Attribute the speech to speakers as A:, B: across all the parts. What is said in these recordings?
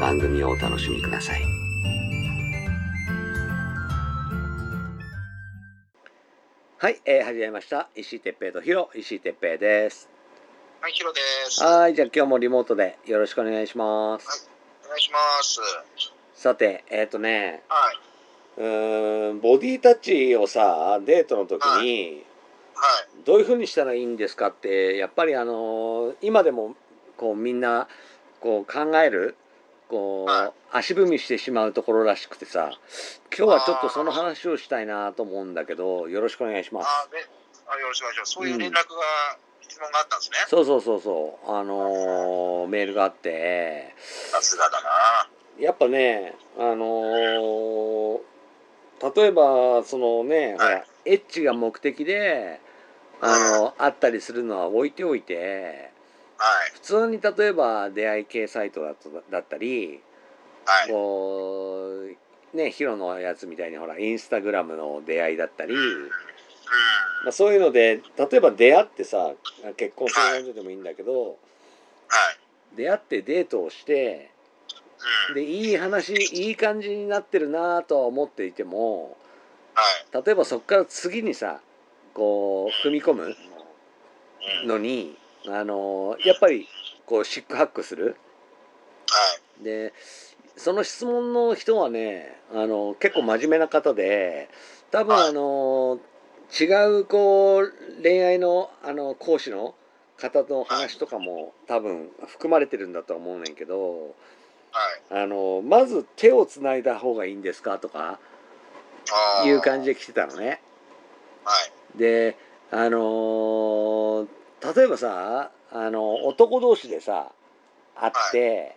A: 番組をお楽しみください。はい、えー、始めました。石井哲平とヒロ、石井哲平です。
B: はい、ヒロです。お
A: はい、じゃあ今日もリモートでよろしくお願いします。
B: 願いします。
A: さて、えっ、とね、
B: はい、
A: うーん、ボディタッチをさ、デートの時に、
B: はい、
A: どういうふうにしたらいいんですかってやっぱりあの今でもこうみんなこう考えるこ
B: は
A: う足踏みしてしまうところらしくてさ今日はちょっとその話をしたいなと思うんだけどよろしくお願いします。
B: あ、で、あ、よろしくお願いします。そういう連絡が、質問があったんですね。
A: そうそうそうそうあのーメールがあって
B: さすがだな。
A: やっぱねあのー例えばそのねほ
B: は
A: ら
B: い
A: エッチが目的であのあったりするのは置いておいて。
B: はい、
A: 普通に例えば出会い系サイトだとだったり
B: はい、
A: こうねヒロのやつみたいにほらインスタグラムの出会いだったり、
B: うん、
A: まあ、そういうので例えば出会ってさ結婚する男女でもいいんだけど、
B: はい、
A: 出会ってデートをして
B: うん、
A: でいい話いい感じになってるなとは思っていても
B: はい、
A: 例えばそこから次にさこう踏み込む
B: うん、はい、
A: のにあのやっぱりこうシックハックするでその質問の人はねあの結構真面目な方で多分
B: はい
A: あの違うこう恋愛のあの講師の方の話とかも多分含まれてるんだとは思うねんけど
B: はい、
A: あのまず手をつないだ方がいいんですかとか
B: あー
A: いう感じ。で来てたのね。
B: はい、
A: であの例えばさあの男同士でさ会って、
B: はい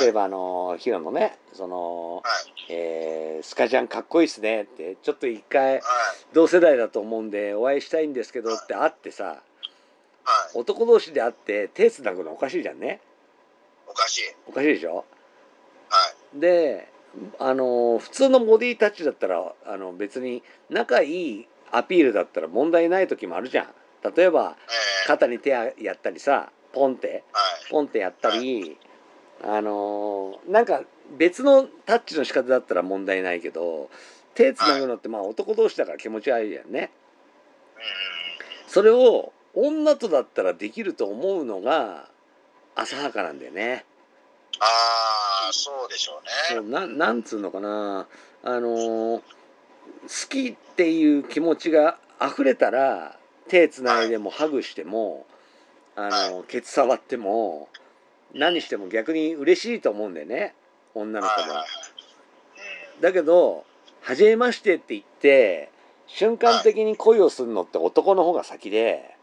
A: 例えばあのヒロのねその
B: はい、
A: えースカジャンかっこいいっすねってちょっと一回
B: はい、
A: 同世代だと思うんでお会いしたいんですけどって会ってさ
B: はい、
A: 男同士で会って手つなぐのおかしいじゃんね
B: おかしい。
A: おかしいでしょ
B: はい、
A: であの普通のボディタッチだったらあの別に仲いいアピールだったら問題ない時もあるじゃん例えば
B: えー、
A: 肩に手やったりさポンって
B: はい、
A: ポンってやったりあのーなんか別のタッチの仕方だったら問題ないけど手つなぐのってまあ男同士だから気持ち悪いじゃんね
B: うん、
A: それを女とだったらできると思うのが浅はかなんだよね
B: あー、そうでしょうね。
A: そうななんつうのかなあのー好きっていう気持ちが溢れたら手つないでもハグしてもあのーケツ触っても何しても逆に嬉しいと思うんだよね女の
B: は
A: 子
B: い、は
A: も
B: い。。うん、
A: だけど「はじめまして」って言って瞬間的に恋をするのって男の方が先で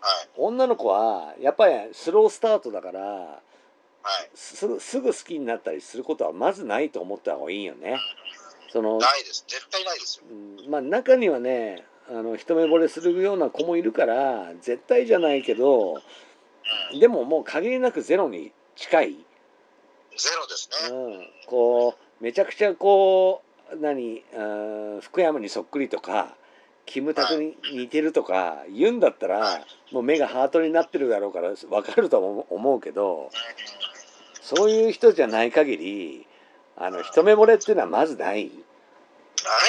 B: はい、
A: 女の子はやっぱりスロースタートだから
B: はい、
A: すぐすぐ好きになったりすることはまずないと思った方がいいよね。その
B: ないです。絶対ないですよ。
A: うんまあ中にはねあの一目惚れするような子もいるから絶対じゃないけど
B: うん、
A: でももう限りなくゼロに近い、
B: ゼロです
A: う
B: ね。
A: ん、こうめちゃくちゃこう何うん福山にそっくりとかキムタクに似てるとか言うんだったらもう目がハートになってるだろうから分かるとは思うけどそういう人じゃない限りあの一目惚れっていうのはまずない。
B: ないで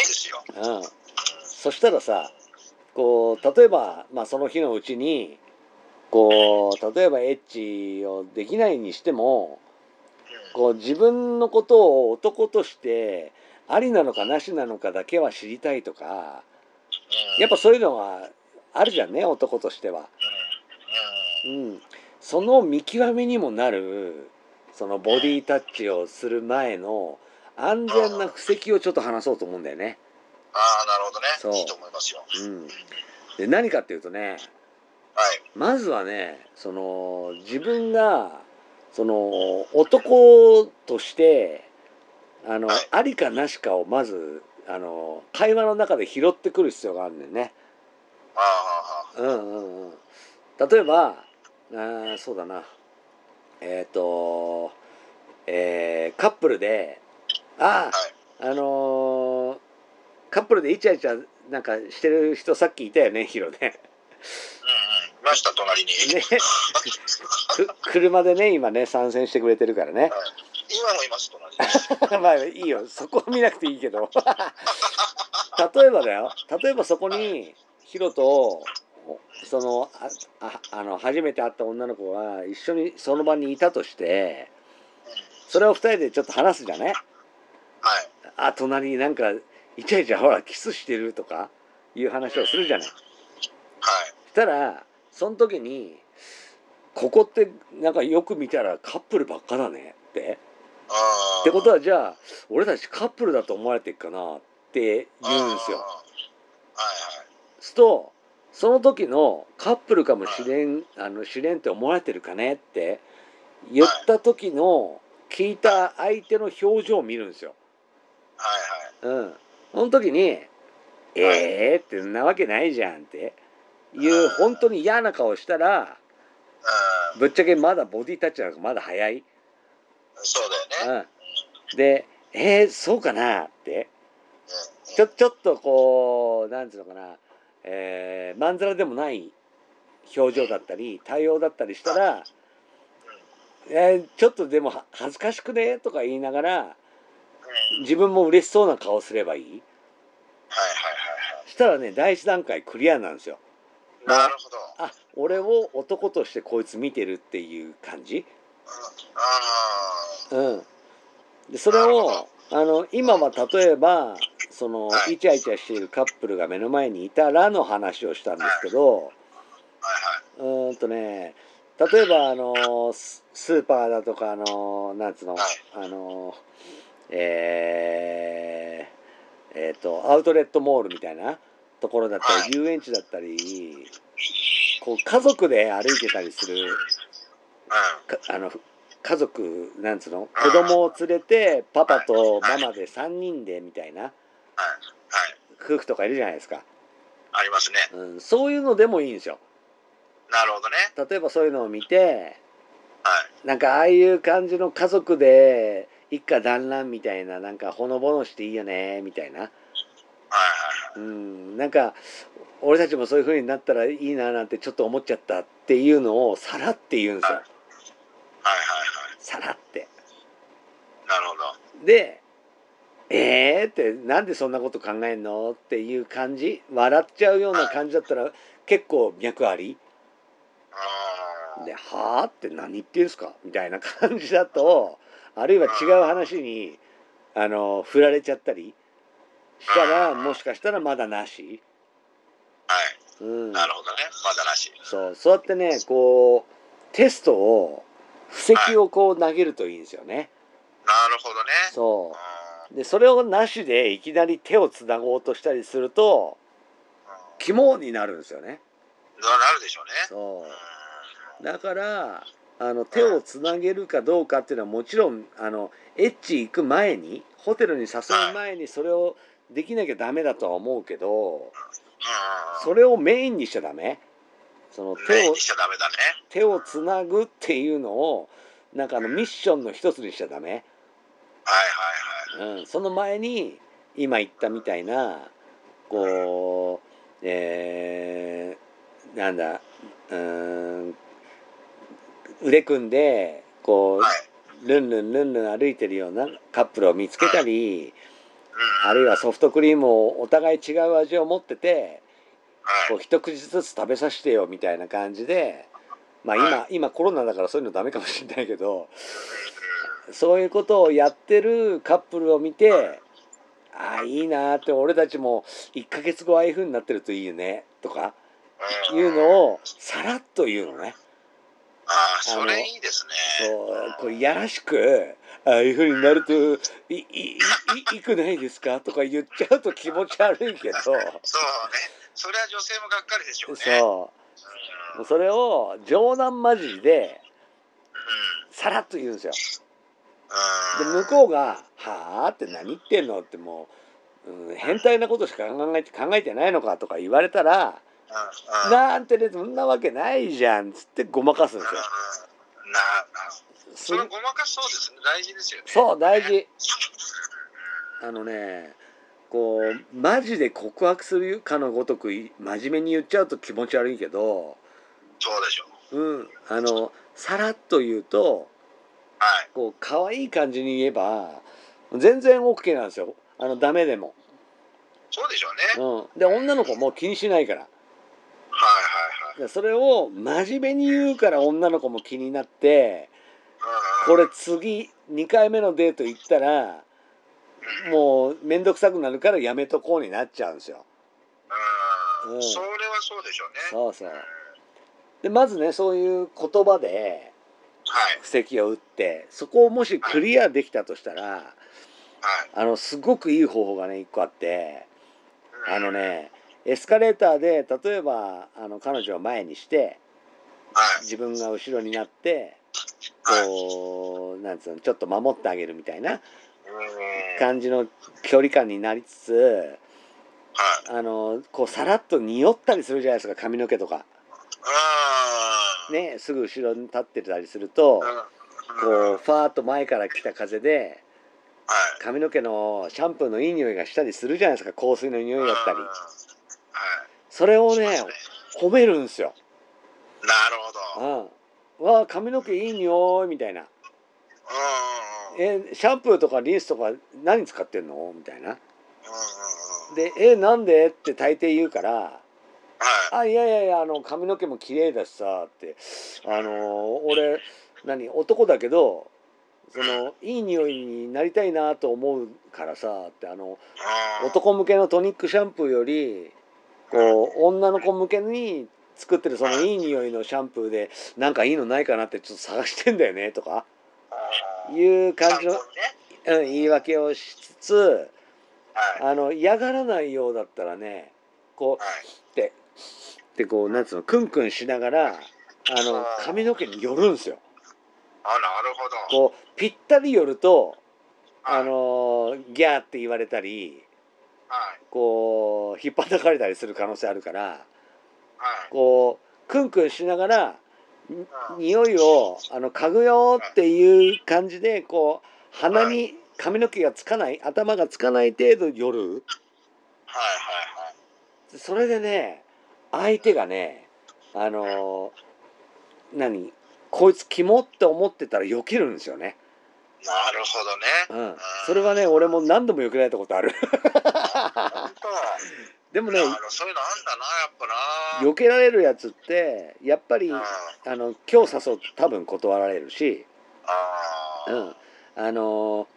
B: すよ。
A: うん、そしたらさこう例えば、まあ、その日のうちにこう例えばエッチをできないにしても
B: うん
A: こう自分のことを男としてありなのかなしなのかだけは知りたいとかやっぱそういうのはあるじゃんね男としては。うん、その見極めにもなるそのボディタッチをする前の安全な布石をちょっと話そうと思うんだよね。
B: ああ、なるほ
A: そ
B: ど
A: う
B: ね。いいと思いますよ。
A: うん、で何かっていうとね
B: はい。
A: まずはねその自分がその男としてあの
B: はい
A: ありかなしかをまずあの会話の中で拾ってくる必要があるんだよね。
B: ああ、
A: うんうんうん、例えばあーそうだなえっ、と、えーカップルでああ、あのーカップルでイチャイチャなんかしてる人さっきいたよねヒロね。
B: うんうん。いました、隣に。
A: ねく車でね今ね参戦してくれてるからね
B: 今もいます、隣に。
A: まあいいよそこは見なくていいけど 例えばだよ例えばそこにヒロとおそのあああの初めて会った女の子が一緒にその場にいたとしてそれを二人でちょっと話すじゃない
B: はい。
A: あ隣になんかイチャイチャほらキスしてるとかいう話をするじゃない
B: はい。
A: したらその時に「ここってなんかよく見たらカップルばっかだね」って
B: ああ。
A: ってことはじゃあ俺たちカップルだと思われてるかなって言うんです
B: あ
A: よ。
B: あはいはい。
A: するとその時のカップルかもしれんあの知れんって思われてるかねって言った時の聞いた相手の表情を見るんですよ。
B: はいはい。
A: うん、その時に「えー?」ってんなわけないじゃんっていう本当に嫌な顔したら
B: うん。
A: ぶっちゃけまだボディタッチなんかまだ早い。
B: そうだよね。
A: うん、で「えー、そうかな?」って。
B: うん
A: ちょちょっとこうなんていうのかな、えー、まんざらでもない表情だったり対応だったりしたら、えーちょっとでもは恥ずかしくねとか言いながら
B: うん
A: 自分も嬉しそうな顔すればいい
B: はいはい
A: したらね第一段階クリアなんですよ。
B: はいはい。なるほど。
A: あ俺を男としてこいつ見てるっていう感じ、
B: うんあ
A: うん、でそれをあの今は例えばその
B: はい
A: イチャイチャしているカップルが目の前にいたらの話をしたんですけど。
B: あ。
A: う
B: は
A: ーんとね例えばあのススーパーだとかあのなんつうの
B: はい
A: あのえー、えーとアウトレットモールみたいなところだった
B: は
A: り遊園地だったりこう家族で歩いてたりする
B: いはい。
A: かあの家族なんつうの
B: あ
A: 子
B: ー
A: 供を連れてパパとママで3人でみたいな
B: うん。はい。
A: 夫婦とかいるじゃないですか、
B: ありますね。
A: うん、そういうのでもいいんですよ
B: なるほどね。
A: 例えばそういうのを見て
B: はい。
A: なんかああいう感じの家族で一家団らんみたいななんかほのぼのしていいよねみたいな
B: はい
A: うんなんか俺たちもそういう風になったらいいななんてちょっと思っちゃったっていうのをさらって言うんですよ
B: はいはい。はいはいは
A: さらって。
B: い。なるほど。はい
A: で「えー?」ってなんでそんなこと考えんのっていう感じ笑っちゃうような感じだったら結構脈あり
B: あー
A: で「はあ?」って何言ってんすかみたいな感じだとあるいは違う話にあの振られちゃったりしたらもしかしたらまだなし、
B: はい。
A: うん、
B: なるほどね。まだらしい。
A: そうそうやってねこうテストを布石をこう投げるといいんですよね。
B: なるほどね。
A: そ
B: う
A: う
B: ん
A: でそれをなしでいきなり手をつなごうとしたりすると
B: うん
A: 肝になるんですよね。
B: そうなるでしょうね。
A: そ
B: うん
A: うだからあの手をつなげるかどうかっていうのはもちろんあのエッチ行く前にホテルに誘う前にそれをできなきゃダメだとは思うけど
B: うん。
A: それをメインにしちゃダメその
B: メ
A: 手
B: イン
A: を
B: にしちゃダメだね。
A: 手をつなぐっていうのをなんかあのミッションの一つにしちゃダメ、
B: はい
A: うん、その前に今言ったみたいなこうえー、なんだうーん腕組んでこ
B: はいはい。はい。
A: うルンルンルンルン歩いてるようなカップルを見つけたり
B: うん。
A: あるいはソフトクリームをお互い違う味を持ってて
B: はい。
A: こう一口ずつ食べさせてよみたいな感じでまあ今今コロナだからそういうのダメかもしれないけど。そういうことをやってるカップルを見てああいいなーって俺たちも1ヶ月後ああいう風になってるといいよねとか
B: うん
A: いうのをさらっと言うのね
B: ああ、それいいですね。
A: そうこういやらしくああいう風になるといいいいいくないですかとか言っちゃうと気持ち悪いけど
B: そうね。それは女性もがっかりでしょうね。う。
A: そ
B: ん。う
A: うそれを冗談交じりで
B: ん
A: さらっと言うんですよ。で
B: うん
A: 向こうが「はあ?」って何言ってんのってもう、うん変態なことしか考えて考えてないのかとか言われたら「
B: うん。
A: なんてねそんなわけないじゃん」っつってごまかすんで
B: うんなな
A: す
B: そ
A: よ
B: れ。ごまかしそうですね。大事ですよね。
A: すそう大事あのねこうマジで告白するかのごとくい真面目に言っちゃうと気持ち悪いけど、
B: そうでしょう。
A: うん、あのさらっと言うと
B: はい。
A: こう可愛い感じに言えば全然 OK なんですよあのダメでも。
B: そうでしょうね。はい
A: うん、で女の子も気にしないから。
B: はいはい。
A: でそれを真面目に言うから女の子も気になって
B: うん
A: これ次2回目のデート行ったらもう面倒くさくなるからやめとこうになっちゃうんですよ。
B: うん
A: うん
B: それはそうでしょうね。
A: そうそうでまずねそういう言葉で
B: はい
A: 布石を打ってそこをもしクリアできたとしたら
B: はい。
A: あのすごくいい方法がね1個あって
B: うん
A: あの。ねエスカレーターで例えばあの彼女を前にして
B: はい
A: 自分が後ろになって
B: はい。
A: こうなんつうのちょっと守ってあげるみたいな
B: うん
A: 感じの距離感になりつつ
B: はい。
A: あのこうさらっと匂ったりするじゃないですか髪の毛とか
B: うん。
A: ねすぐ後ろに立ってたりすると
B: うん。
A: こ
B: うん
A: うファーッと前から来た風で
B: はい。
A: 髪の毛のシャンプーのいい匂いがしたりするじゃないですか香水の匂いだったり
B: うんはい。
A: それを
B: しま
A: ね
B: すね
A: 褒めるんですよ。
B: なる
A: う
B: ほど。
A: んわあ髪の毛いい匂いみたいな「
B: うんうんうん。うんうんうん。
A: えシャンプーとかリンスとか何使ってんの?」みたいな。で「えなんで?」って大抵言うから
B: はい。
A: あいやいやいやあの髪の毛も綺麗だしさってあの俺何男だけどそのいい匂いになりたいなと思うからさってあの
B: うん
A: 男向けのトニックシャンプーよりこう女の子向けに作ってるそのいい匂いのシャンプーでなんかいいのないかなってちょっと探してんだよねとか
B: うん
A: いう感じの
B: 参、考に
A: う
B: ね
A: ん、言い訳をしつつ
B: はい。
A: あの嫌がらないようだったらねこう
B: はい。
A: ってでこうなんつうのクンクンしながらあの髪の毛に寄るんですよ
B: あ、なるほど。
A: こうぴったり寄ると
B: はい
A: あのーギャーって言われたり
B: はい。
A: こう引っ張たかれたりする可能性あるから
B: はい。
A: こうクンクンしながら
B: うん
A: 匂いをあの嗅ぐよっていう感じでこう鼻に髪の毛がつかない頭がつかない程度寄る
B: はいはいはい。
A: それでね相手がねあのー何こいつキモって思ってたらよけるんですよね、
B: なるほどね。
A: うん、それはね俺も何度もよけられたことある
B: 本当。
A: でも
B: い
A: ね
B: やあのそういうのあんだな、やっぱな。
A: よけられるやつってやっぱり
B: うん
A: あの今日誘うと多分断られるし、
B: あー
A: う
B: はい
A: ん、あのー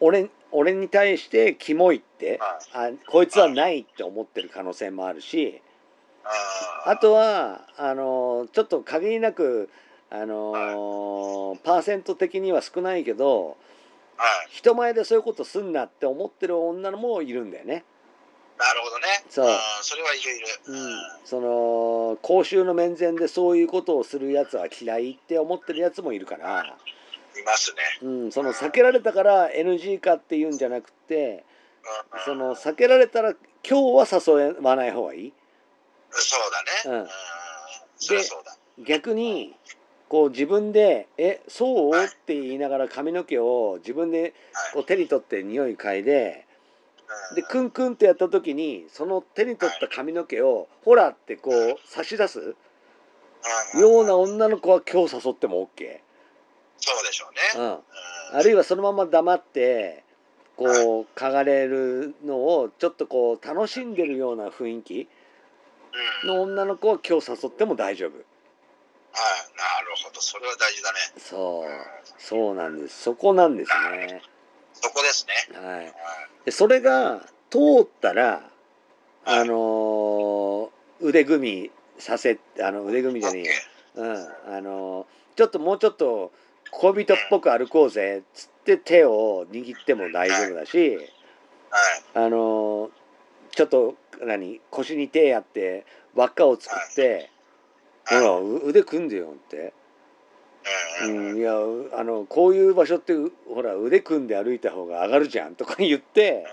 A: 俺俺に対してキモいってあこいつはないって思ってる可能性もあるしあとはあのちょっと限りなくあのパーセント的には少ないけど
B: はい。
A: 人前でそういうことすんなって思ってる女のもいるんだよね。
B: なるほどね。
A: そうん
B: それはいるいる。
A: う
B: うんん。、
A: その公衆の面前でそういうことをするやつは嫌いって思ってるやつもいるから、
B: いますね。
A: うん、その避けられたから NG かっていうんじゃなくて
B: うん
A: その避けられたら今日は誘わない方がいい
B: そうだね。
A: うん
B: うん。そりゃそうだ。
A: 逆にこう自分で「えそう?」って言いながら髪の毛を自分でこう手に取って匂い嗅いで
B: うん
A: でクンクンってやった時にその手に取った髪の毛を「ほら!」ってこう差し出す
B: うん
A: ような女の子は今日誘っても OK、
B: そうでしょう
A: う
B: ね。うん
A: ん、あるいはそのまま黙ってこう嗅がれるのをちょっとこう楽しんでるような雰囲気
B: うん
A: の女の子は今日誘っても大丈夫。
B: なるほど、それは大事だね。
A: そううんそうなんですそこなんですね
B: そこですね。
A: はい
B: うん
A: でそれが通ったらあのー腕組みさせあの腕組みじゃねえや
B: OK
A: うんあのちょっともうちょっと恋人っぽく歩こうぜっつって手を握っても大丈夫だし
B: はい。
A: あのちょっと何腰に手やって輪っかを作って「ほ
B: はい
A: らう腕組んでよ」って、
B: う
A: うん
B: うんうん
A: ん、いやうあのこういう場所ってうほら腕組んで歩いた方が上がるじゃんとか言って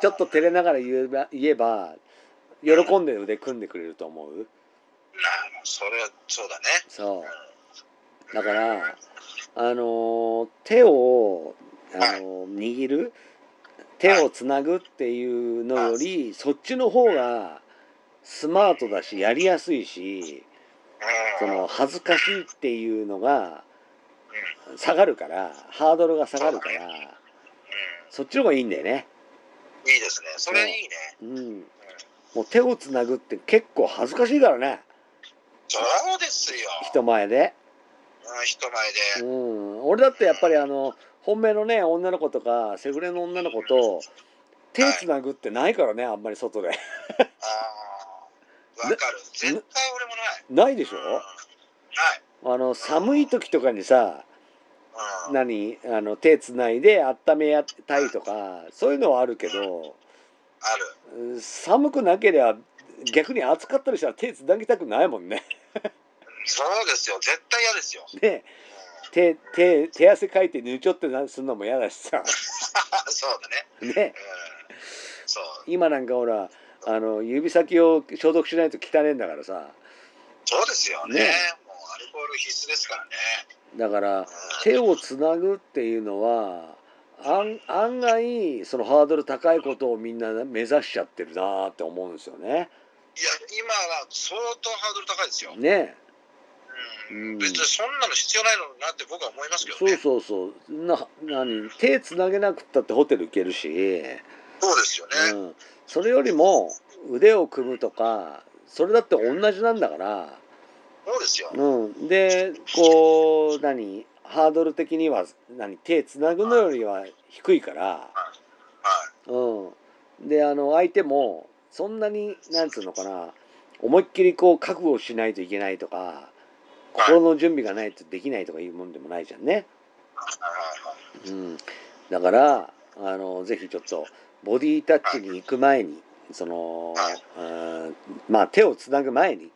A: ちょっと照れながら言えば言えば喜んで腕組んでくれると思う
B: なるそれはそうだね。
A: そううんだからあのー手を、あのー握る手をつなぐっていうのよりそっちの方がスマートだしやりやすいしその恥ずかしいっていうのが下がるからハードルが下がるからそっちの方がいいんだよね。
B: うんいいですね。それいいね。
A: うん、もう手をつなぐって結構恥ずかしいからね
B: そうですよ。
A: 人前で。
B: うん人前で。
A: う
B: うん
A: ん、俺だってやっぱりあの本命のね女の子とかセフレの女の子と手つなぐってないからねあんまり外で
B: あーわかる。絶対俺もない。
A: ないでし
B: うんな
A: ょ
B: い。
A: あの寒い時とかにさ
B: うん
A: 何あの手つないで温めたいとかそういうのはあるけど
B: ある。
A: うん寒くなければ逆に暑かったりしたら手つなぎたくないもんね。
B: そうですよ。絶対嫌ですよ。
A: ね手手手汗かいてぬちょってなするのも嫌だしさ。
B: そうだね。
A: ね
B: うんそう。
A: 今なんかほらあの指先を消毒しないと汚ねえんだからさ。
B: そうですよね。
A: ね
B: もうアルコール必須ですからね。
A: だから
B: うん
A: 手をつなぐっていうのは案案外そのハードル高いことをみんな目指しちゃってるなーって思うんですよね。
B: いや、今は相当ハードル高いですよ。
A: ね
B: うん
A: うん
B: 別にそんなの必要ないのになって僕は思いますけど
A: そう
B: ね。
A: そうそうな何手つなげなくったってホテル行けるし、
B: そうですよね。
A: うん、それよりも腕を組むとかそれだって同じなんだから、
B: そうですよ。
A: うん、でこう何ハードル的には何手つなぐのよりは低いから。
B: は
A: うん、であの相手もそんなになんつうのかな思いっきりこう覚悟しないといけないとか心の準備がないとできないとかいうもんでもないじゃんね、
B: い。はいはいはい。
A: うん、だからあのぜひちょっとボディタッチに行く前にその、うんまあ手をつなぐ前に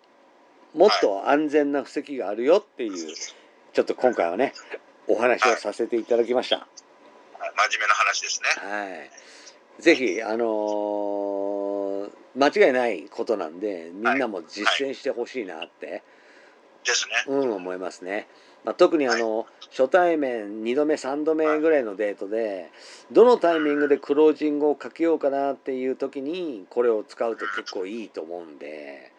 A: もっと安全な布石があるよっていうちょっと今回はねお話をさせていただきました。
B: 真面目な話ですね。
A: はい、ぜひ、あのー間違いないことなんでみんなも実践してほしいなって、
B: ですね。
A: うん、思いますね、まあ、特にあの初対面2度目3度目ぐらいのデートでどのタイミングでクロージングをかけようかなっていう時にこれを使うと結構いいと思うんで、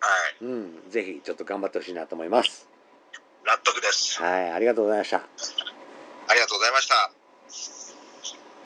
B: はい。
A: うん、ぜひちょっと頑張ってほしいなと思います。
B: 納得です。
A: はい、ありがとうございました
B: ありがとうございました。